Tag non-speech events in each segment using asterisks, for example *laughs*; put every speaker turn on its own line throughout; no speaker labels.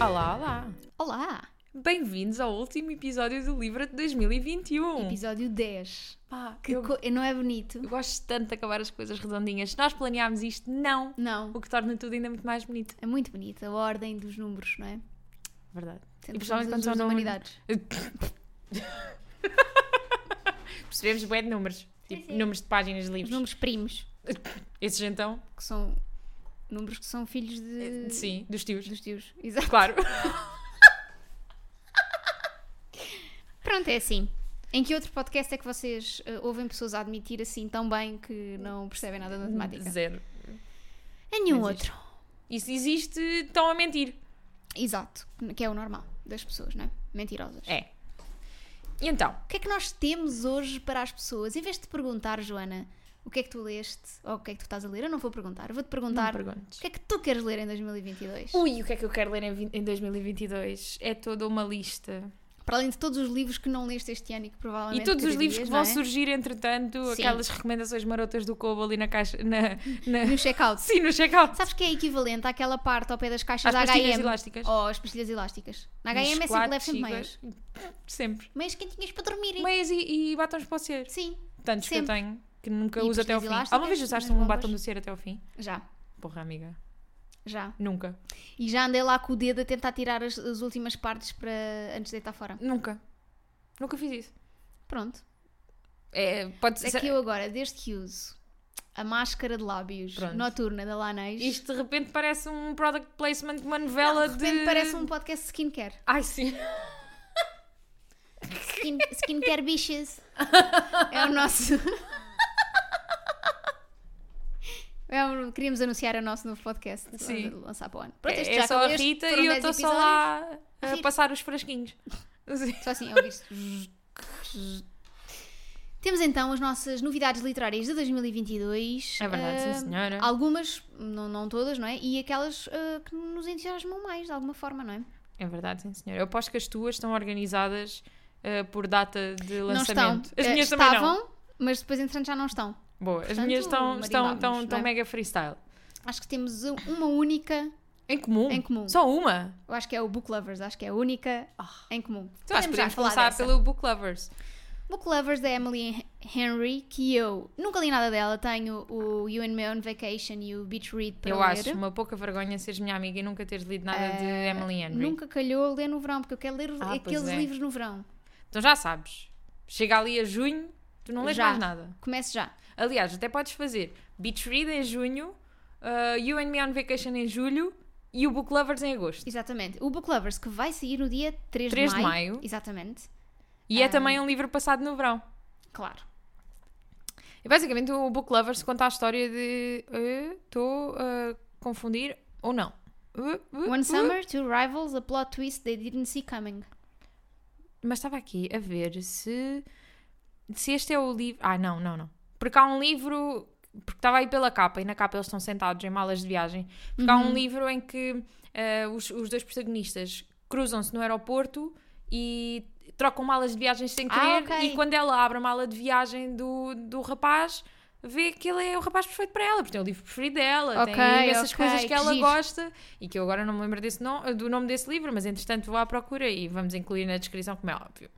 Olá, olá!
Olá!
Bem-vindos ao último episódio do Livra de 2021!
Episódio 10.
Pá,
Que
Hum. eu,
co- Não é bonito?
eu gosto tanto de acabar as coisas redondinhas. Nós planeámos isto, não!
Não.
O que torna tudo ainda muito mais bonito.
É muito bonito. A ordem dos números, não é?
Verdade.
Temos
principalmente
as
quando são
duas
números.
humanidades.
Percebemos bué de números. Tipo,
sim.
números de páginas de
Os
livros.
números primos,
Esses então,
que são números que são filhos de...
Eh, sim, dos tios.
dos tios. *laughs*
*laughs*
Exato.
Claro.
Pronto, é assim. Em que outro podcast é que vocês eh, ouvem pessoas a admitir assim tão bem que não percebem nada da matemática?
Zero.
Em nenhum
Não existe.
outro.
Isso existe, estão a mentir.
Exato. Que é o normal das pessoas, não é? Mentirosas.
É. E então,
O que é que nós temos hoje para as pessoas? Em vez de perguntar, Joana, o que é que tu leste ou o que é que tu estás a ler, eu não vou perguntar. Eu Vou-te
não me
perguntar
perguntes.
o que é que tu queres ler em 2022?
Ui, o que é que eu quero ler em, vin- em 2022? É toda uma lista.
Para além de todos os livros que não leste este ano e que provavelmente.
E todos os livros
querias,
que vão
não é?
surgir, entretanto,
Sim.
aquelas recomendações marotas do Cobo ali na caixa. Na, na... *laughs*
No um check-out.
Sim, no check-out.
Sabes que é equivalente àquela parte ao pé das caixas
As
da
pastilhas
HM?
elásticas.
Ou as pastilhas elásticas. Na
Dos
HM é sempre
quatro,
leve sempre
cinco,
meias.
Sempre.
Meias quentinhas para dormir.
Meias e, e batons para o ser.
Sim,
Tantos que eu
Sempre.
tenho, que nunca
E
uso até ao
pastilhas
fim.
elásticas,
Alguma vez usaste
nas
um
bombas.
batom do ser até ao fim?
já.
Porra, amiga.
Já.
Nunca.
E já andei lá com o dedo a tentar tirar as, as últimas partes para antes de deitar fora.
Nunca. Nunca fiz isso.
Pronto.
É, pode
É
ser.
que eu agora, desde que uso a máscara de lábios
Pronto.
noturna da Laneige,
Isto de repente parece um product placement de uma novela
de repente
de.
parece um podcast de skincare.
Ai, sim. *laughs*
Skin, skincare Biches. É o nosso. *laughs* É o- queríamos anunciar o nosso novo podcast. Vamos
Sim.
lançar para o ano. Pronto,
É,
este
é
já
só a
acabou, este um
Rita
foram
e eu
10
estou só
episódios.
lá a
Rita.
passar os frasquinhos. *laughs* Sim.
Só assim, ouvir Temos então as nossas novidades literárias de 2022.
É verdade, sim,
Ah,
senhora.
Algumas, não, não todas, não é? E aquelas ah, que nos entusiasmam mais, de alguma forma, não é?
É verdade, sim, senhora. Eu aposto que as tuas estão organizadas ah, por data de lançamento.
Não estão.
As
Eh,
minhas também
Estavam,
não.
mas depois entrando já não estão.
Boa, as
Portanto,
minhas estão, estão,
marimbámos,
estão,
não é?
estão mega freestyle.
Acho que temos u- uma única.
Em comum?
Em comum.
Só uma?
Eu acho que é o Book Lovers, acho que é a única em comum.
Então acho que
já
podemos
falar
começar
dessa.
pelo Book Lovers.
Book Lovers da Emily Henry, que eu nunca li nada dela. Tenho o You and Me on Vacation e o Beach Read para
eu
ler.
acho uma pouca vergonha seres minha amiga e nunca teres lido nada de
Eh,
Emily Henry.
Nunca calhou ler no verão, porque eu quero ler
Ah, pois
aqueles
é.
livros no verão.
Então já sabes. Chega ali a junho, tu não lês
Já.
mais nada.
Comece já.
Aliás, até podes fazer Beach Read em junho, uh, You and Me on Vacation em julho e o Book Lovers em agosto.
Exatamente. O Book Lovers, que vai sair no dia 3,
3 de
de maio.
maio.
Exatamente.
E é também um livro passado no verão.
Claro.
E basicamente o Book Lovers conta a história de. uh, Estou a confundir ou não? Eh, eh,
One
eh.
Summer, Two Rivals, a plot twist they didn't see coming.
Mas estava aqui a ver se. Se este é o livro. Ah, não, não, não. Porque há um livro. Porque estava aí pela capa e na capa eles estão sentados em malas de viagem. Porque há um
Uhum.
livro em que eh, os, os dois protagonistas cruzam-se no aeroporto e trocam malas de viagem sem
Ah,
querer.
ok.
E quando ela abre a mala de viagem do, do rapaz, vê que ele é o rapaz perfeito para ela, porque tem o livro preferido dela,
Ok,
tem imensas
ok,
coisas que,
que
ela
giro.
gosta e que eu agora não me lembro desse nome, do nome desse livro, mas entretanto vou à procura e vamos incluir na descrição, como é óbvio.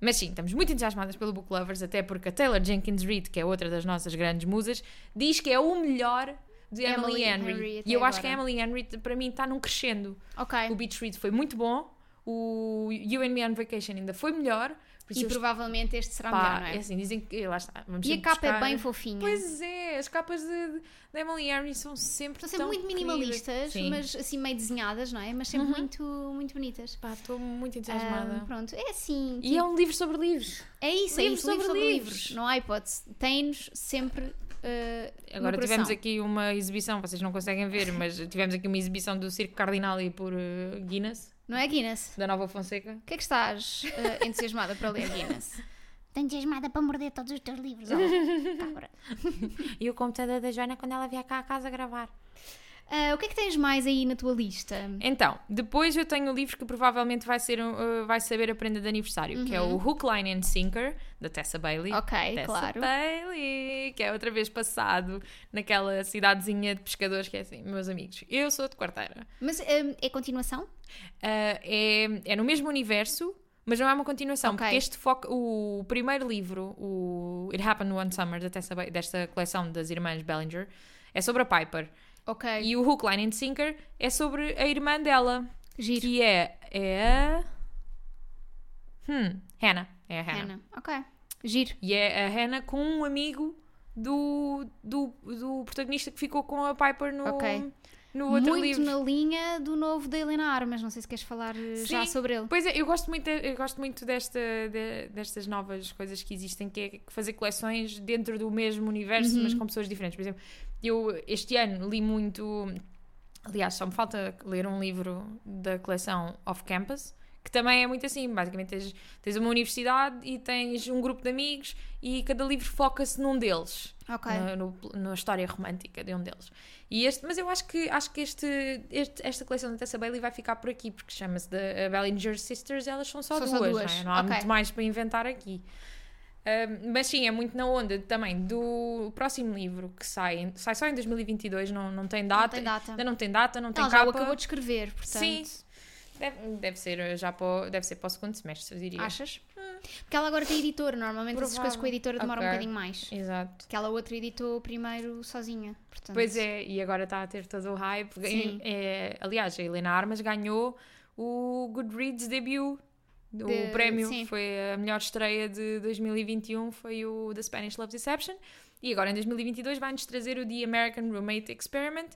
Mas sim, estamos muito entusiasmadas pelo Book Lovers, até porque a Taylor Jenkins Reid, que é outra das nossas grandes musas, diz que é o melhor de Emily,
Emily
Henry.
Henry até
E eu acho que a
agora. É.
Emily Henry, para mim, está num crescendo.
Ok.
O Beach Read foi muito bom, o You and Me on Vacation ainda foi melhor. Por
E
isso eu-
provavelmente este será
pá,
melhor, não é?
é assim, dizem que lá está. Vamos
E a
sempre
capa é
buscar-
bem fofinha.
Pois é, as capas de, de Emily Henry é, são sempre
Estão sempre
tão
muito
queridas.
minimalistas,
Sim.
mas assim meio desenhadas, não é? Mas sempre muito, muito bonitas.
Pá, estou muito entusiasmada.
Ah, pronto, é assim.
e é um livro sobre livros.
É isso,
Livros
é isso, livros
sobre
sobre
livros.
livros. Não há hipótese. Tem-nos sempre. ah, no
Agora tivemos
coração.
aqui uma exibição, vocês não conseguem ver, mas tivemos aqui uma exibição do Circo Cardinali por eh, Guinness,
Não é, Guinness?
da Nova Fonseca.
O que é que estás ah, entusiasmada para ler,
*laughs*
Guinness?
Estou entusiasmada para morder todos os teus livros. ó. Cabra.
E o computador da Joana quando ela vier cá a casa gravar.
Ah, o que é que tens mais aí na tua lista?
Então, depois eu tenho o livro que provavelmente vai, ser, um, uh, vai saber a prenda de aniversário, que é
Uhum.
o Hook, Line and Sinker, da Tessa Bailey.
Ok,
Tessa
É claro.
Bailey, que é outra vez passado naquela cidadezinha de pescadores que é assim, meus amigos, eu sou de quarteira.
Mas ah, é continuação?
Ah, é, é no mesmo universo, mas não é uma continuação,
Ok.
porque este foco, o primeiro livro, o It Happened One Summer, da Tessa, Ba- desta coleção das irmãs Bellinger, é sobre a Piper.
Ok.
E o Hook, Line and Sinker é sobre a irmã dela,
Giro.
que é, é a... Hum, Hannah. É a Hannah.
Ana. Ok. Giro.
E é a Hannah com um amigo do, do, do protagonista que ficou com a Piper no,
Ok.
no outro
Muito
livro.
na linha do novo da Helena Armas, não sei se queres falar eh, já
Sim.
sobre ele.
Pois é, eu gosto muito, de- eu gosto muito desta, de- destas novas coisas que existem, que é fazer coleções dentro do mesmo universo,
Uhum.
mas com pessoas diferentes. Por exemplo, eu este ano li muito. Aliás, só me falta ler um livro da coleção Off Campus, que também é muito assim. Basicamente, tens, tens uma universidade e tens um grupo de amigos, e cada livro foca-se num deles
Ok.
na, no- na história romântica de um deles. E este, mas eu acho que, acho que este, este- esta coleção da Tessa Bailey vai ficar por aqui, porque chama-se The Bellinger Sisters, elas são só duas,
São só
não é?
duas,
Não há
ok.
muito mais para inventar aqui. Ahm, mas sim, é muito na onda também do próximo livro que sai, em- sai só em 2022, não, não tem data.
Não tem data.
Ainda não tem data, não tem
Ela já
capa.
o acabou de escrever, portanto.
Sim. Deve, deve ser eh, já para, o- deve ser para o segundo semestre, eu diria.
Achas? Porque ela agora tem editora, normalmente essas
Provável.
coisas com a editora demoram um
Hum. Ok. É.
bocadinho mais.
Exato.
Aquela outra editou primeiro sozinha, portanto.
Pois é, e agora está a ter todo o hype. Ganha-
Sim.
é, aliás, a Helena Armas ganhou o Goodreads debut. O
De-
prémio
sim.
foi a melhor estreia de 2021, foi o The Spanish Love Deception. E agora em 2022 vai-nos trazer o The American Roommate Experiment,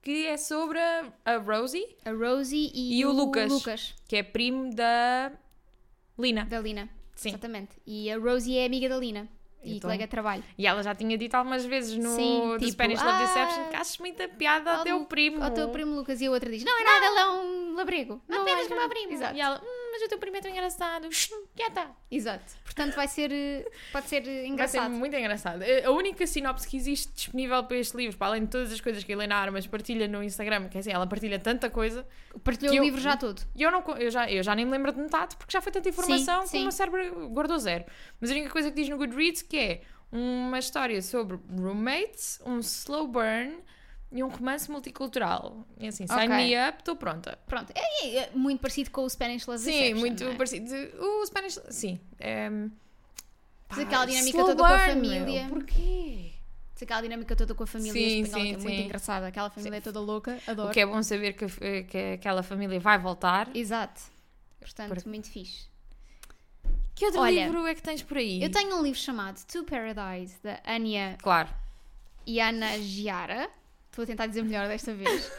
que é sobre a, a Rosie,
A Rosie e,
E o Lucas.
Lucas,
que é primo da Lina.
da Lina.
Sim.
Exatamente. E a Rosie é amiga da Lina. E
Então,
colega de trabalho.
E ela já tinha dito algumas vezes no
Sim,
The
tipo,
Spanish Love
"Ah,
Deception que achas muita piada ao
ao
teu
Ah, Lu-
primo.
O teu primo Lucas e a outra diz: Não é nada, ele é um labrego. Não,
Apenas
é
como
nada."
ao primo.
Exato.
E ela, "Hum, mas o teu primo é tão engraçado. Já está.
Exato. Portanto, vai ser. eh, Pode ser eh,
Vai ser
engraçado.
muito engraçado. A- A única sinopse que existe disponível para este livro, para além de todas as coisas que a Helena Armas partilha no Instagram, que é assim, ela partilha tanta coisa,
Partilhou
que
o
eu-
livro já todo.
e eu, não, co- eu, já, eu já nem me lembro de metade, porque já foi tanta informação que
sim.
o meu cérebro guardou zero. Mas a única coisa que diz no Goodreads que é uma história sobre roommates, um slow burn e um romance multicultural. E assim, sign
Ok.
me up, estou pronta.
Pronto. É, é, é muito parecido com o Spanish Love
Sim,
Deception,
muito
não é?
parecido. O Spanish... Sim. É,
Mas
pá,
aquela dinâmica
slow
toda com a
burn,
família.
meu, Porquê?
Mas Aquela dinâmica toda com a família
Sim,
espanhola
sim,
que é muito
sim.
engraçada. Aquela família é toda louca, adoro.
O que é bom saber que, que aquela família vai voltar.
Exato. Portanto,
Por-
muito fixe.
Que outro
Olha,
livro é que tens por aí?
Eu tenho um livro chamado To Paradise, da Anya
Claro.
Yana Giara. Estou a tentar dizer melhor desta
*laughs*
vez.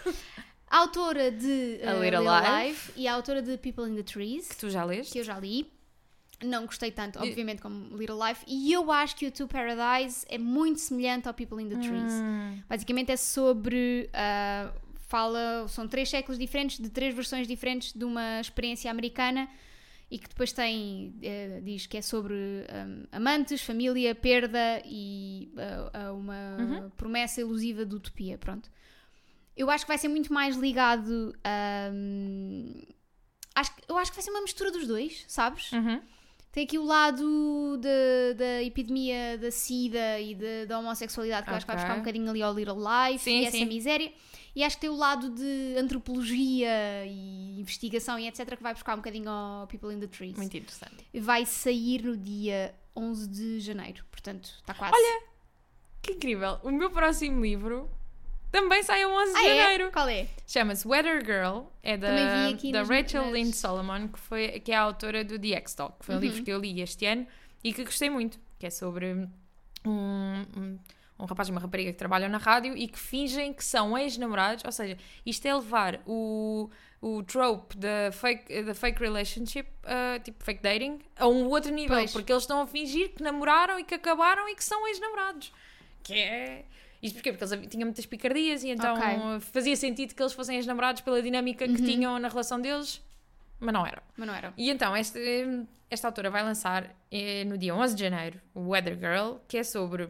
autora de
A
uh,
Little Life.
e autora de People in the Trees,
Que tu já leste?
que eu já li. Não gostei tanto, obviamente, como Little Life. E eu acho que o To Paradise é muito semelhante ao People in the Trees.
Hum,
Basicamente é sobre. ah, fala. São três séculos diferentes, de três versões diferentes de uma experiência americana e que depois tem. eh, diz que é sobre ah, amantes, família, perda e ah, ah, uma
Uhum.
promessa ilusiva de utopia. Pronto. Eu acho que vai ser muito mais ligado. ah, acho, que- eu acho que vai ser uma mistura dos dois, sabes?
uhum.
Tem aqui o lado de- da epidemia da sida e de- da homossexualidade, que eu acho que vai
Ok.
buscar um bocadinho ali ao Little Life
Sim,
e essa
sim.
miséria. E acho que tem o lado de antropologia e investigação e etc. que vai buscar um bocadinho ao People in the Trees.
Muito interessante.
Vai sair no dia 11 de janeiro, portanto está quase.
Olha, Que incrível. O meu próximo livro também sai a 11 de
Ah, é?
janeiro.
Qual é?
Chama-se Weather Girl. É da,
Também vi aqui
da
nas-
Rachel
nas-
Lynn Solomon, que, foi, que é a autora do The X Talk. que Foi um
Uhum.
livro que eu li este ano e que gostei muito. Que é sobre um, um- um rapaz e uma rapariga que trabalham na rádio e que fingem que são ex-namorados. Ou seja, isto é levar o, o trope da fake, da fake relationship, ah, tipo fake dating, a um outro nível.
Pois.
Porque eles estão a fingir que namoraram e que acabaram e que são ex-namorados. Que é. Isto porquê? Porque eles hav- tinham muitas picardias e então
Ok. Uhum.
fazia sentido que eles fossem ex-namorados pela dinâmica que tinham na relação deles, mas não eram.
Mas não era.
E então, este- esta autora vai lançar eh, no dia 11 de janeiro o Weather Girl, que é sobre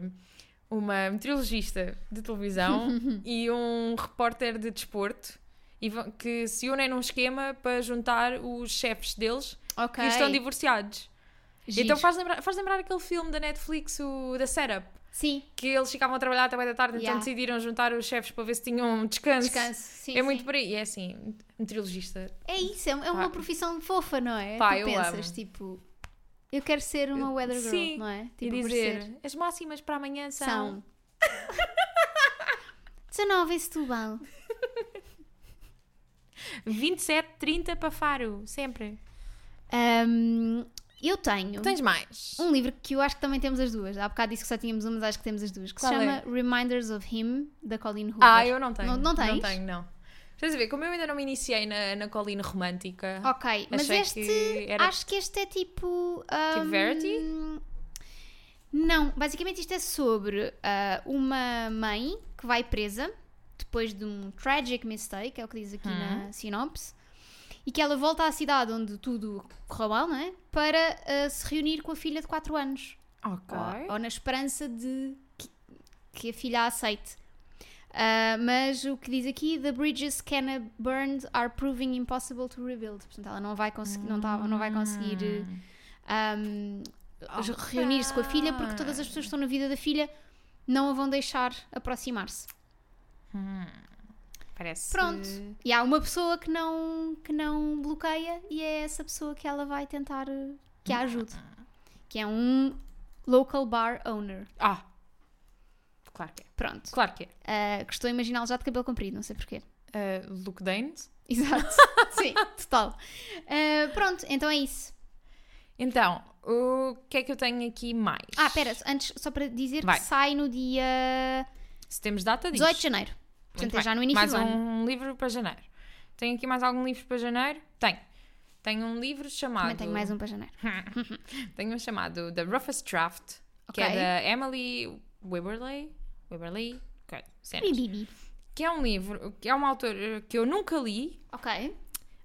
uma meteorologista de
*laughs*
televisão e um repórter de desporto e vão- que se unem num esquema para juntar os chefes deles
Ok.
que estão divorciados.
Giro.
é Então faz lembrar, faz lembrar aquele filme da Netflix, o da Setup,
Sim,
que eles ficavam a trabalhar até bem da tarde, então
Yeah.
decidiram juntar os chefes para ver se tinham um descanso.
descanso. Sim,
é
sim.
muito por aí. É assim, meteorologista.
É isso, é é uma
Pá.
profissão fofa, não é?
Pá,
tu
eu
pensas,
amo.
tipo, eu quero ser uma weather girl,
Sim,
não é?
e
Tipo,
dizer,
parecer.
as máximas para amanhã são...
*laughs* são 19 em Setúbal.
27, 30 para Faro, sempre.
Ahm, eu tenho
Tens mais?
um livro que eu acho que também temos as duas. Há bocado disse que só tínhamos uma, mas acho que temos as duas. Que
Qual
se chama
é?
Reminders of Him, da Colleen Hoover.
Ah, eu não tenho.
Não- não
Não
tens?
tenho, não. Estás a ver, como eu ainda não me iniciei na, na colina romântica...
Ok, mas
Achei
este.
que era-
Acho que este é tipo. ahm,
Verity?
Não, basicamente isto é sobre ah, uma mãe que vai presa depois de um tragic mistake, é o que diz aqui
Uhum.
na sinopse, e que ela volta à cidade onde tudo correu mal, não é? Para ah, se reunir com a filha de 4 anos.
Ok.
Ou, ou na esperança de que, que a filha a aceite. Ah, mas o que diz aqui, the bridges Kenna burned are proving impossible to rebuild. Portanto, ela não vai conseguir, não, tá- não vai conseguir eh, ahm,
Hum. Ok.
reunir-se com a filha porque todas as pessoas que estão na vida da filha não a vão deixar aproximar-se.
Parece...
Pronto. E há uma pessoa que não, que não bloqueia e é essa pessoa que ela vai tentar eh, que a ajude.
Hum.
Que é um local bar owner.
Ah. Claro que é.
Pronto.
Claro que é.
Uh, que estou a imaginá-lo já de cabelo comprido, não sei porquê. *laughs*
Ah, Luke Danes. *laughs*
Exato. Sim, total. Uh, pronto, então é isso.
Então, o que é que eu tenho aqui mais?
Ah, espera, antes, só para dizer
Vai.
que sai no dia
Se temos data, diz.
18 de janeiro.
Muito
Portanto, é
bem.
já no início
mais
do ano.
um livro para janeiro. Tenho aqui mais algum livro para janeiro? Tenho. Tenho um livro chamado...
Também tenho mais um para janeiro.
Tenho um chamado The Roughest Draft, que
Ok.
é da Emily Weberley. Weberley? Ok, cenas.
Bibi.
Que é um livro, que é um autor eh, que eu nunca li,
Ok.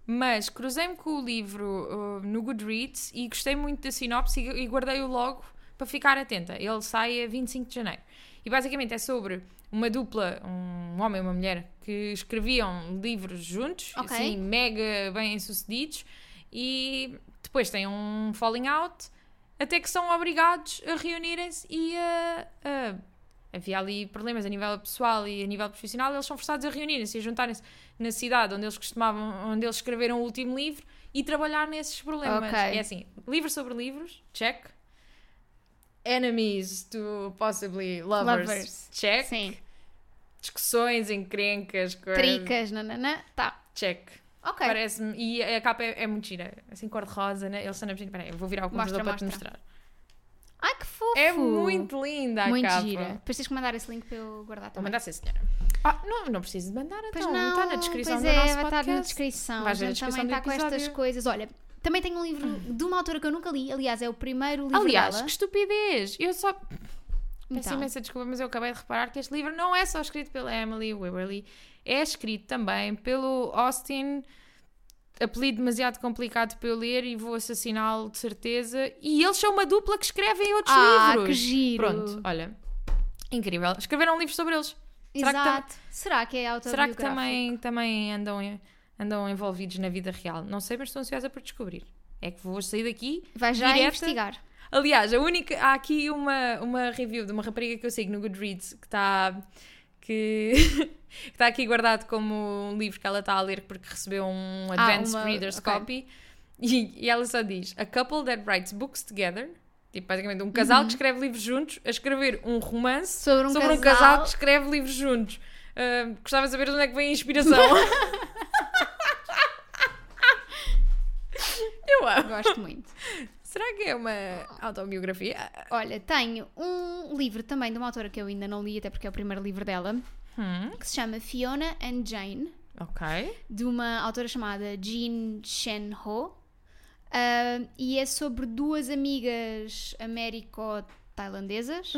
mas cruzei-me com o livro eh, no Goodreads e gostei muito da sinopse e e guardei-o logo para ficar atenta. Ele sai a 25 de janeiro. E basicamente é sobre uma dupla, um homem e uma mulher, que escreviam livros juntos,
Ok.
assim, mega bem-sucedidos, e depois têm um falling out, até que são obrigados a reunirem-se e a. a- Havia ali problemas a nível pessoal e a nível profissional, eles são forçados a reunirem-se e a juntarem-se na cidade onde eles costumavam, onde eles escreveram o último livro e trabalhar nesses problemas.
Ok.
É assim, livros sobre livros, check. Enemies to possibly lovers,
Lovers.
check.
Sim.
Discussões, encrencas, coisas,
Tricas, nananã. Tá.
check.
Ok.
Parece-me. E a capa é, é muito gira. Assim, cor-de-rosa, né? Eles estão na piscina. Peraí, eu vou virar o computador
Mostra,
para te
mostra.
mostrar.
Ai, que fofo.
É muito linda a
Muito
capa.
gira. Depois tens que mandar esse link para eu guardar
Vou
também.
mandar sim, senhora. Ah, não, não preciso de mandar,
assim, Pois
então.
não,
está na descrição
pois
do
é,
nosso
vai
podcast.
estar na descrição.
Vai
a
ver a
gente também
descrição do
está com estas
episódio.
coisas. Olha, também tenho um livro
*clears throat*
de uma autora que eu nunca li. Aliás, é o primeiro livro
Aliás,
dela.
que estupidez! Eu só. Peço
Então.
imensa desculpa, mas eu acabei de reparar que este livro não é só escrito pela Emily Weberly, é escrito também pelo Austin, apelido demasiado complicado para eu ler e vou assassiná-lo de certeza. E eles são uma dupla que escrevem outros
ah,
livros.
que giro.
Pronto, olha. Incrível. Escreveram livros sobre eles. Será que tam-
Exato. Será que é
Será que
autobiográfico?
também, também andam, em- andam envolvidos na vida real? Não sei, mas estou ansiosa por descobrir. É que vou sair daqui.
Vai já
direta.
investigar.
Aliás, a única, há aqui uma, uma review de uma rapariga que eu sigo no Goodreads que está que *laughs* que está aqui guardado como um livro que ela está a ler porque recebeu um
Ah,
Advanced
uma-
Reader's
ok.
Copy e, e ela só diz A couple that writes books together Tipo, basicamente, um casal que escreve livros juntos a escrever um romance
Uhum. Sobre
casal...
um casal
que escreve livros juntos. Ah, gostava de saber de onde é que vem a
*laughs*
inspiração. eu amo. *laughs*
Gosto muito.
Será que é uma autobiografia?
Olha, tenho um livro também de uma autora que eu ainda não li, até porque é o primeiro livro dela,
Hum,
que se chama Fiona and Jane,
ok.
de uma autora chamada Jean Shen Ho. Ah, e é sobre duas amigas américo-tailandesas.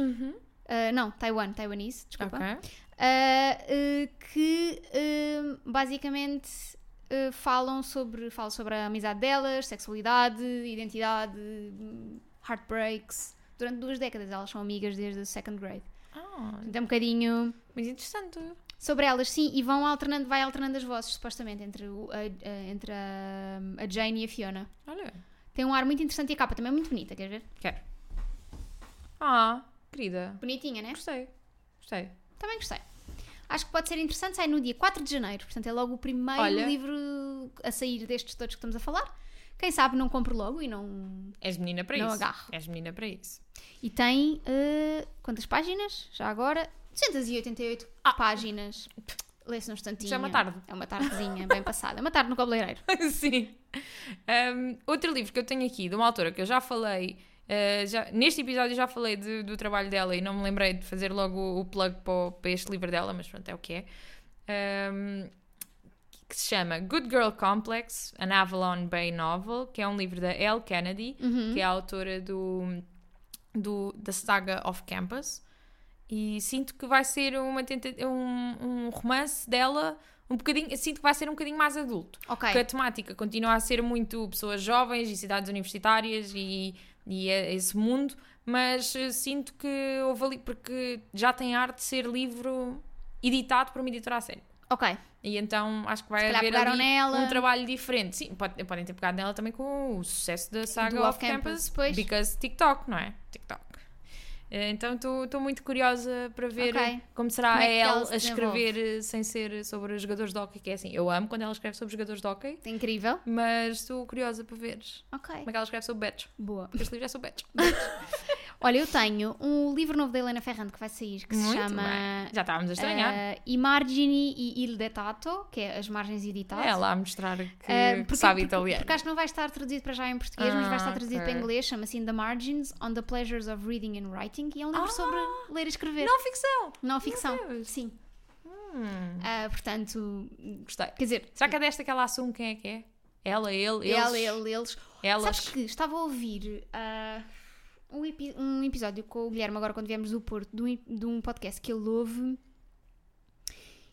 Ah, não, Taiwan, taiwanese, desculpa.
Hum. Ok.
Ah, eh, que eh, basicamente eh, falam sobre, falam sobre a amizade delas, sexualidade, identidade, hum, heartbreaks. Durante duas décadas elas são amigas desde o second grade.
Ah,
Portanto, é um bocadinho
muito interessante.
sobre elas, sim, e vão alternando, vai alternando as vozes, supostamente, entre, o- a, a- entre a, a Jane e a Fiona.
Olha.
Tem um ar muito interessante e a capa também é muito bonita, queres ver?
Quero. Ah, querida.
Bonitinha, né?
Gostei. Gostei.
Também gostei. Acho que pode ser interessante, sai no dia 4 de janeiro, portanto é logo o primeiro
Olha.
livro a sair destes todos que estamos a falar. Quem sabe não compro logo e não.
És menina para
Não
isso.
agarro.
És menina para isso.
E tem eh, quantas páginas? Já agora? 288 páginas. Lê-se num instantinho.
Ah. Já é uma tarde.
É uma tardezinha, bem passada. É uma tarde no cabeleireiro.
*laughs* Sim. Um, outro livro que eu tenho aqui, de uma autora que eu já falei, eh, já, neste episódio eu já falei de- do trabalho dela e não me lembrei de fazer logo o, o plug para, o- para este livro dela, mas pronto, é o que é. Um, que se chama Good Girl Complex, an Avalon Bay Novel, que é um livro da Elle Kennedy, que é a autora do, do- da saga Off Campus. E sinto que vai ser uma tenta um, um romance dela um bocadinho, sinto que vai ser um bocadinho mais adulto.
Ok.
Porque a temática continua a ser muito pessoas jovens e cidades universitárias e, e é- esse mundo, mas eh, sinto que houve ali, porque já tem ar de ser livro editado por uma editora a sério.
Ok.
E então acho que vai
calhar
haver
pegaram
ali
nela.
um trabalho diferente. Sim, pode- podem ter pegado nela também com o sucesso da saga
Do
Off
Off Campus,
Campus,
pois.
because TikTok, não é? TikTok. Eh, Então estou muito curiosa para ver eh,
Ok.
como será
Como é
a
que ela
Elle
se
a escrever eh, sem ser sobre os jogadores de hockey, que é assim, eu amo quando ela escreve sobre jogadores de hockey,
Incrível.
mas estou curiosa para ver
Ok.
como é que ela escreve sobre Betts.
Boa.
Este livro é sobre Betts.
Olha, eu tenho um livro novo da Helena Ferrante que vai sair que se
Muito
chama.
bem. Já estávamos a estranhar.
eh, I margini e il detato, que é as margens e ditado.
É ela a mostrar que,
Eh,
que
porque-
sabe
porque-
italiano.
Porque acho que não vai estar traduzido para já em português, mas vai
Ah,
estar traduzido
ok.
para inglês. Chama-se In the Margins on the Pleasures of Reading and Writing e é um livro
Ah!
sobre ler e escrever.
Não ficção!
Não ficção.
Meu Deus.
Sim.
Hum,
Ah, portanto,
gostei.
quer dizer, é
Será que é desta que ela assume quem é que é? Ela, ele, eles,
ela, ele, eles.
elas.
Sabes que estava a ouvir ah, um, epi- um episódio com o Guilherme, agora quando viemos do Porto, de um, ep- de um podcast que ele ouve,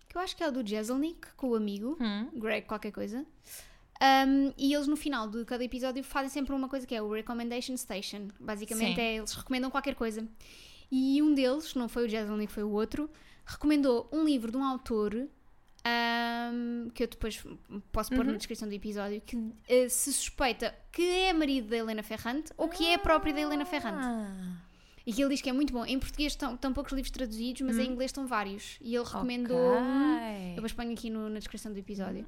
que eu acho que é o do Jezelnik, com o amigo,
Hum.
Greg qualquer coisa. Um, e eles no final de cada episódio fazem sempre uma coisa que é o Recommendation Station. Basicamente
Sim.
é, eles recomendam qualquer coisa. E um deles, não foi o Jezelnik, foi o outro, recomendou um livro de um autor um, que eu depois posso pôr na
Uhum.
descrição do episódio, que eh, se suspeita que é marido da Helena Ferrante ou que é a própria da Helena Ferrante.
Ah,
E que ele diz que é muito bom. Em português estão, estão poucos livros traduzidos, mas em inglês estão vários. E ele recomendou um. Eu
Hum. ok.
depois ponho aqui no- na descrição do episódio.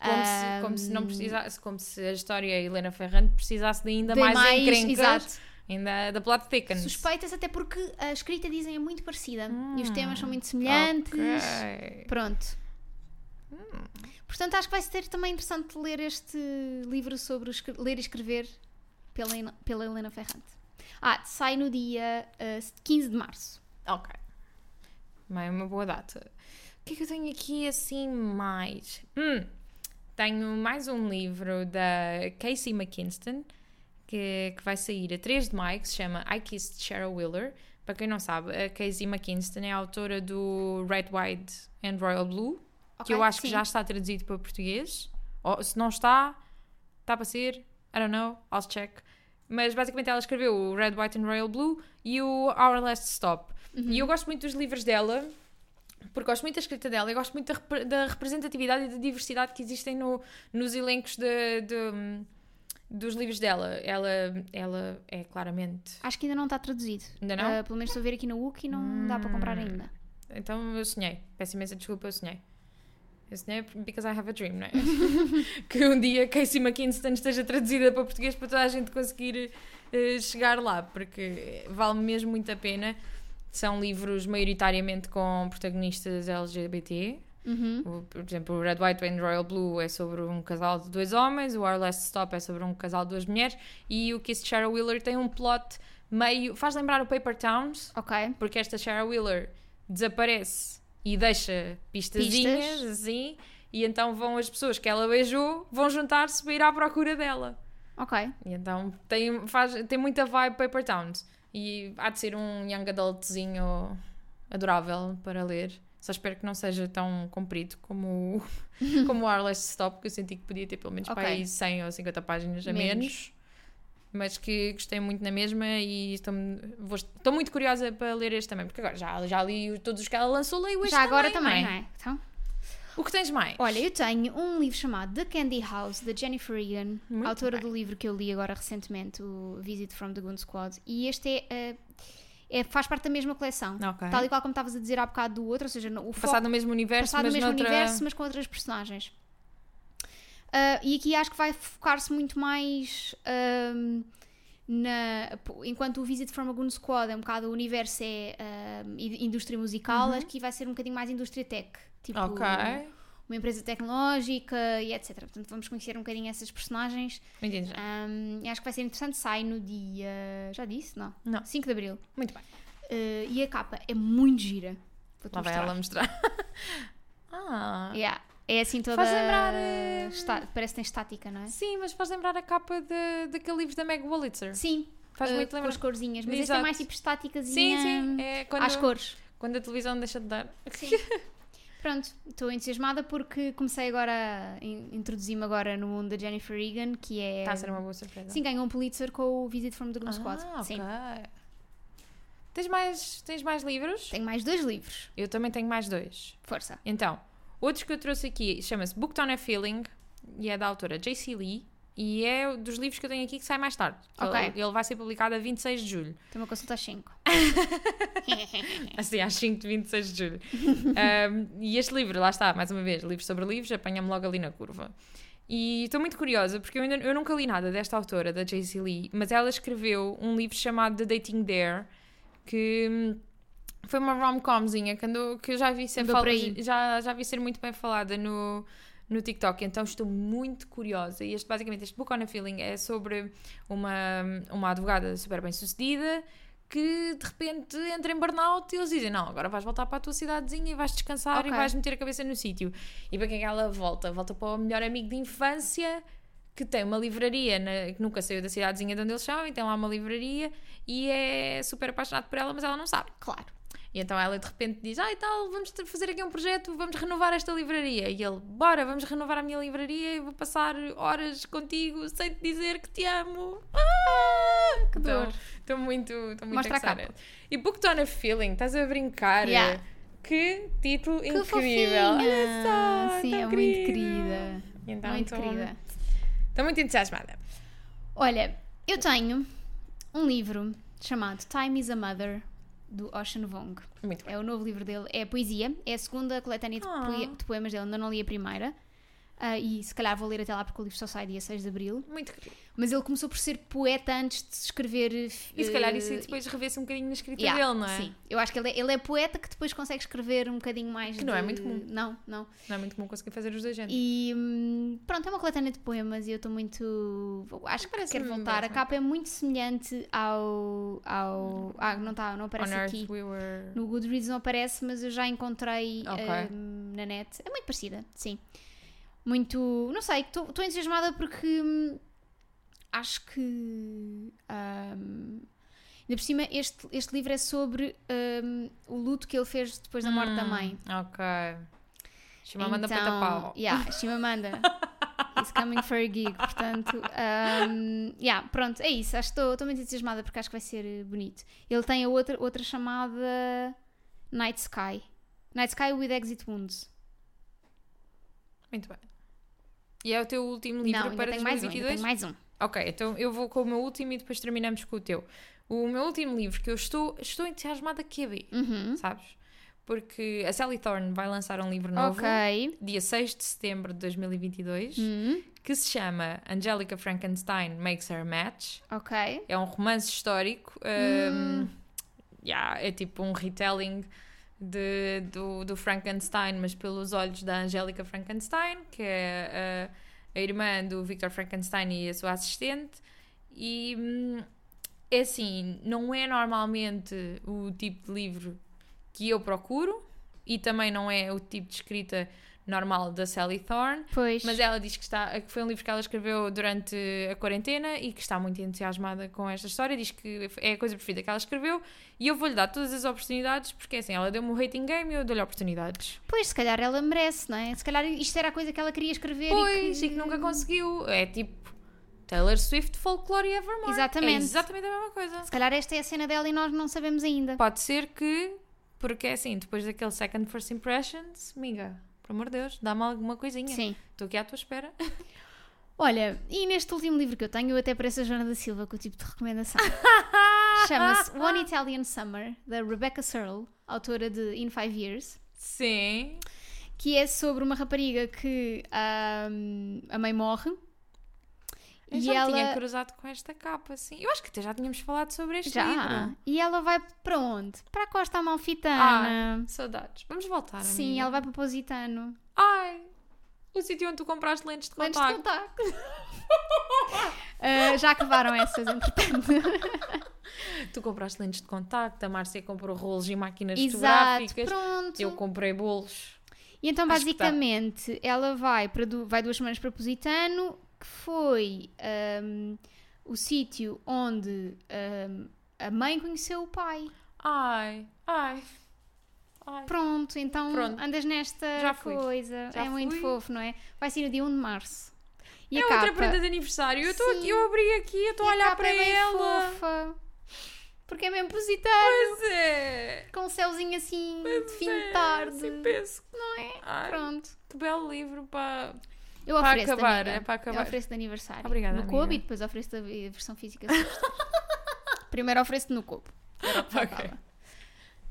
Como, se, como se não precisasse, como se a história Helena Ferrante precisasse de ainda
De
mais,
mais,
encrencas,
exato.
ainda da plot thickens.
Suspeitas até porque a escrita, dizem, é muito parecida. E os
Hum,
temas são muito semelhantes.
Ok.
Pronto.
Hum.
Portanto, acho que vai ser também interessante ler este livro sobre o escre- ler e escrever pela, Hel- pela Helena Ferrante. Ah, sai no dia ah, 15 de março.
Ok. Bem, uma boa data. O que é que eu tenho aqui assim mais? Hum, tenho mais um livro da Casey McKinston que, que vai sair a 3 de maio que se chama I Kissed Cheryl Wheeler. Para quem não sabe, a Casey McKinston é a autora do Red, White and Royal Blue, que
Ok,
eu acho que
sim.
já está traduzido para português. Ou, se não está, está para ser. I don't know, I'll check. Mas basicamente ela escreveu o Red, White and Royal Blue e o Our Last Stop.
Uhum.
E eu gosto muito dos livros dela, porque gosto muito da escrita dela e gosto muito da, repre- da representatividade e da diversidade que existem no, nos elencos de- de- dos livros dela. Ela, ela é claramente.
Acho que ainda não está traduzido.
Ainda não? Hum.
Ah, pelo menos estou a ver aqui na Wiki e não dá para comprar ainda.
Então eu sonhei. Peço imensa desculpa, eu sonhei. Eu sonhei because I have a dream, não é? que um dia Casey McKinston esteja traduzida para português para toda a gente conseguir eh, chegar lá, porque vale mesmo muito a pena. São livros maioritariamente com protagonistas LGBT.
Uhum.
O- por exemplo, o Red, White and Royal Blue é sobre um casal de dois homens, o Our Last Stop é sobre um casal de duas mulheres e o Kiss Cheryl Wheeler tem um plot meio. faz lembrar o Paper Towns,
Ok.
porque esta Sarah Wheeler desaparece e deixa pistazinhas
Pistas.
assim, e então vão as pessoas que ela beijou, vão juntar-se para ir à procura dela.
Ok.
E então tem, faz, tem muita vibe Paper Towns. E há de ser um young adultzinho adorável para ler. Só espero que não seja tão comprido como
*laughs*
o, como o Our Last Stop, que eu senti que podia ter pelo menos para
Ok.
aí 100 ou 50 páginas a
Menos.
menos. mas que gostei muito na mesma e estou, vou- estou muito curiosa para ler este também, porque agora já, já li todos os que ela lançou, leio este
Já agora também,
também,
não
é?
é? Então,
O que tens mais?
olha, eu tenho um livro chamado The Candy House, da Jennifer Egan,
Muito
autora
bem.
do livro que eu li agora recentemente, o Visit from the Goon Squad. E este é, eh, é- faz parte da mesma coleção.
Ok.
Tal e qual como estavas a dizer há bocado do outro, ou seja, no- o foco
Passado no mesmo universo,
passado no
mas
mesmo
noutra...
universo, mas com outras personagens. Ah, e aqui acho que vai focar-se muito mais ahm, na. pô, Enquanto o Visit from a Goon Squad é um bocado o universo é ahm, i- indústria musical, acho que vai ser um bocadinho mais indústria tech. Tipo,
Uhum. Ok.
uma empresa tecnológica e etc. Portanto, vamos conhecer um bocadinho essas personagens.
Muito interessante.
Ahm, acho que vai ser interessante. Sai no dia. Já disse? Não.
Não.
5 de Abril.
Muito bem.
Ah, e a capa é muito gira. Vou-te
Lá vai
mostrar.
ela mostrar.
*laughs*
ah.
Yeah. É assim toda.
Faz lembrar, eh,
esta- Parece que tem estática, não é?
Sim, mas faz lembrar a capa de, daquele livro da Meg Wolitzer.
Sim.
Faz
eh,
muito
com
lembrar.
as corzinhas. Mas este é
Exato.
mais tipo estáticas
Sim, sim. É quando,
às cores.
quando a televisão deixa de dar.
Pronto, estou entusiasmada porque comecei agora. a in- Introduzi-me agora no mundo da Jennifer Egan, que é.
Está Tá a ser uma boa surpresa.
Sim, ganhou um Pulitzer com o Visit from the Gloom Squad.
Ah,
Sim.
ok. Tens mais, tens mais livros?
Tenho mais dois livros.
Eu também tenho mais dois.
Força.
Então, outros que eu trouxe aqui chama-se Booked on a Feeling e é da autora J.C. Lee e é dos livros que eu tenho aqui que sai mais tarde.
Ok.
Ele, ele vai ser publicado a 26 de julho.
Tenho uma consulta às 5.
Assim, às 5 de 26 de
*laughs*
julho. Um, e este livro, lá está, mais uma vez, livro sobre livros, apanha-me logo ali na curva. E estou muito curiosa, porque eu, ainda, eu nunca li nada desta autora, da J.C. Lee, mas ela escreveu um livro chamado The Dating Dare, que hum, foi uma rom-comzinha que, andou- que eu já vi, ser
Andou
fal-
por aí.
já, já vi ser muito bem falada no, no TikTok, então estou muito curiosa. E este, basicamente, este Book on a Feeling é sobre uma, uma advogada super bem sucedida que de repente entra em burnout e eles dizem: Não, agora vais voltar para a tua cidadezinha e vais descansar
Ok.
e vais meter a cabeça no sítio. E para quem é que ela volta? Volta para o melhor amigo de infância que tem uma livraria na- que nunca saiu da cidadezinha de onde eles são e tem lá uma livraria e é super apaixonado por ela, mas ela não sabe.
Claro.
E então ela de repente diz: Ah, e tal, vamos ter- fazer aqui um projeto, vamos renovar esta livraria. E ele: Bora, vamos renovar a minha livraria e vou passar horas contigo sem te dizer que te amo. Ah!
Que
Então,
dor.
Estou muito, estou muito
Mostra a
excited.
capa.
E Booked on a Feeling, estás a brincar?
Yeah.
Que título
Que
incrível!
fofinha.
Olha só!
Sim,
tão
é muito
querido.
querida.
Então,
muito
estou-
querida.
Estou muito entusiasmada.
Olha, eu tenho um livro chamado Time is a Mother, do Ocean Vong.
Muito bem.
É o novo livro dele, é poesia, é a segunda coletânea de,
Ah.
poe- de poemas dele, ainda não li a primeira. Ah, e se calhar vou ler até lá porque o livro só sai dia 6 de Abril.
Muito querido.
Mas ele começou por ser poeta antes de escrever.
E se calhar isso
eh,
aí depois revê-se um bocadinho na escrita
Yeah,
dele, não é?
Sim, eu acho que ele é, ele é poeta que depois consegue escrever um bocadinho mais.
Que não é
de-
muito comum.
Não, não.
Não é muito comum conseguir fazer os dois géneros.
E hum, pronto, é uma coletânea de poemas e eu estou muito. Acho que
Parece-me
quero voltar. A
bastante.
capa é muito semelhante ao. ao ah, não está, não aparece
On Earth
aqui.
We Were.
No Goodreads não aparece, mas eu já encontrei
Ok.
hum, na net. É muito parecida, sim. Muito. Não sei, estou estou entusiasmada porque hum, acho que. hum, ainda por cima, este, este livro é sobre hum, o luto que ele fez depois da morte
Hum.
da mãe.
Ok. Chimamanda então, Patapau. *laughs*
Yeah, Chimamanda. It's coming for a gig, portanto. Um, yeah, pronto, é isso. Acho que estou- estou muito entusiasmada porque acho que vai ser eh, bonito. Ele tem a outra, outra chamada Night Sky. Night Sky with Exit Wounds.
Muito bem. E é o teu último livro
não, ainda
para
tenho mais um.
2022?
ainda Tenho mais um.
Ok, então eu vou com o meu último e depois terminamos com o teu. O meu último livro que eu estou, estou entusiasmada que é ver,
Uhum.
sabes? Porque a Sally Thorne vai lançar um livro novo.
Ok.
Dia 6 de setembro de 2022,
Uhum.
que se chama Angelica Frankenstein Makes Her Match.
Ok.
É um romance histórico. um, yeah, é tipo um retelling de- do, do Frankenstein, mas pelos olhos da Angélica Frankenstein, que é a, a irmã do Victor Frankenstein e a sua assistente. E hum, é assim, não é normalmente o tipo de livro que eu procuro e também não é o tipo de escrita normal da Sally Thorne.
Pois.
Mas é- ela diz que, está, que foi um livro que ela escreveu durante a quarentena e que está muito entusiasmada com esta história. Diz que é a coisa preferida que ela escreveu e eu vou-lhe dar todas as oportunidades porque assim, ela deu-me o rating game e eu dou-lhe oportunidades.
Pois, se calhar ela merece, não é? Se calhar isto era a coisa que ela queria escrever.
Pois,
e que...
e que nunca conseguiu. É tipo, Taylor Swift, Folklore e Evermore.
Exatamente.
É exatamente a mesma coisa.
Se calhar esta é a cena dela e nós não sabemos ainda.
Pode ser que, porque é assim, depois daquele second first impressions, amiga, por amor de Deus, dá-me alguma coisinha.
Sim.
Estou aqui à tua espera. *laughs*
Olha, e neste último livro que eu tenho, eu até pareço a Joana da Silva com o tipo de
*laughs*
recomendação. Chama-se One Italian Summer, da Rebecca Searle, autora de In Five Years,
Sim.
que é sobre uma rapariga que ahm, a mãe morre.
Eu já me tinha cruzado com esta capa, assim. Eu acho que até já tínhamos falado sobre este
já.
livro.
E ela vai para onde? Para a Costa Amalfitana.
Saudades. Vamos voltar,
Sim,
amiga.
ela vai para Positano.
Ai, o sítio onde tu compraste lentes de
Lentes
contacto.
de
*laughs*
contacto. Ah, já acabaram essas, entretanto.
Tu compraste lentes de contacto, a Márcia comprou rolos e máquinas
Exato,
fotográficas.
pronto.
Eu comprei bolos.
E então,
Acho que tá.
basicamente, ela vai, para du- vai duas semanas para Positano, que foi ahm, o sítio onde ahm, a mãe conheceu o pai.
Ai, ai, ai.
Pronto, então
Pronto.
andas nesta
Já fui.
coisa.
Já
é muito
fui.
fofo, não é? Vai ser no dia 1 de março. E
é
a capa,
outra prenda de aniversário. Eu, tô
Sim.
aqui, eu abri aqui, eu estou
e
a
a
olhar
capa
para
é bem
ela.
fofa. Porque é mesmo Positano,
Pois é.
com um céuzinho assim, de fim de tarde.
Assim penso.
não é?
Ai,
Pronto.
que belo livro para.
Eu
Para
ofereço
acabar,
amiga.
é para acabar.
Eu ofereço de aniversário.
Obrigada,
No Cobo
amiga.
e depois ofereço a vi- a versão física.
*laughs*
se gostares. Primeiro ofereço-te no Cobo.
Ok.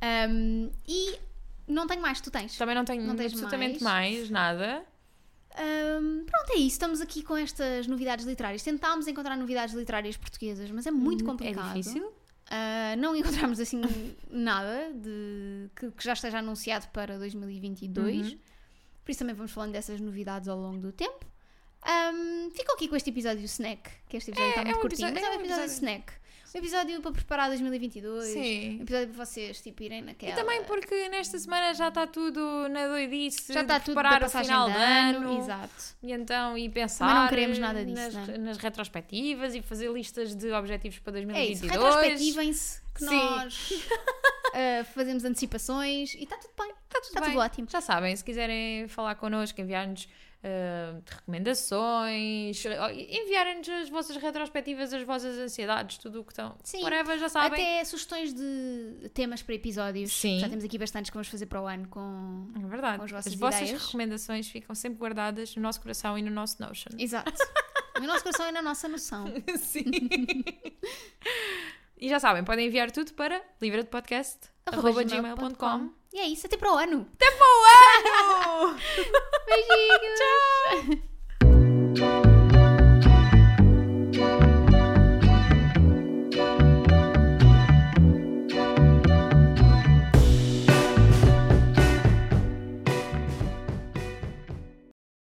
Ahm, e não tenho mais, tu tens.
Também não tenho
Não tens
absolutamente mais, nada.
Ahm, pronto, é isso. Estamos aqui com estas novidades literárias. Tentámos encontrar novidades literárias portuguesas, mas é muito
É
complicado.
difícil.
Ah, não *laughs* encontramos assim nada de, que, que já esteja anunciado para 2022.
Uhum.
Por isso também vamos falando dessas novidades ao longo do tempo. Ahm, ficam aqui com este episódio snack, que este
É,
episódio está
é
muito
um
curtinho,
episódio-
mas é um episódio,
episódio.
snack. Um episódio para preparar 2022.
Sim.
Um episódio para vocês tipo, irem naquela.
E também porque nesta semana já está tudo na doidice.
já
de
está tudo
preparar
para
o
passagem
final
de ano. Exato.
E então, e pensar
Também não queremos nada disso,
nas,
não é?
nas retrospectivas e fazer listas de objetivos para
É isso.
2022.
Retrospectivem-se que
Sim. *laughs*
nós ah, fazemos antecipações e está tudo bem. Está tudo,
Tá bem.
ótimo.
Já sabem, se quiserem falar connosco, enviar-nos ah, recomendações, ah, enviarem-nos as vossas retrospectivas, as vossas ansiedades, tudo o que estão.
Sim.
Whatever, já sabem.
Até sugestões de temas para episódios.
Tá Sim.
Já temos aqui bastantes que vamos fazer para o ano com.
*laughs* É verdade.
com as
As
vossas
vossas,
ideias.
recomendações ficam sempre guardadas no nosso coração e no nosso Notion.
Exato. no nosso coração e na nossa noção.
Sim. e já sabem, podem enviar tudo para livradepodcast.gmail.com
E é isso, até para o ano.
Até para o ano!
Beijinhos!
Tchau!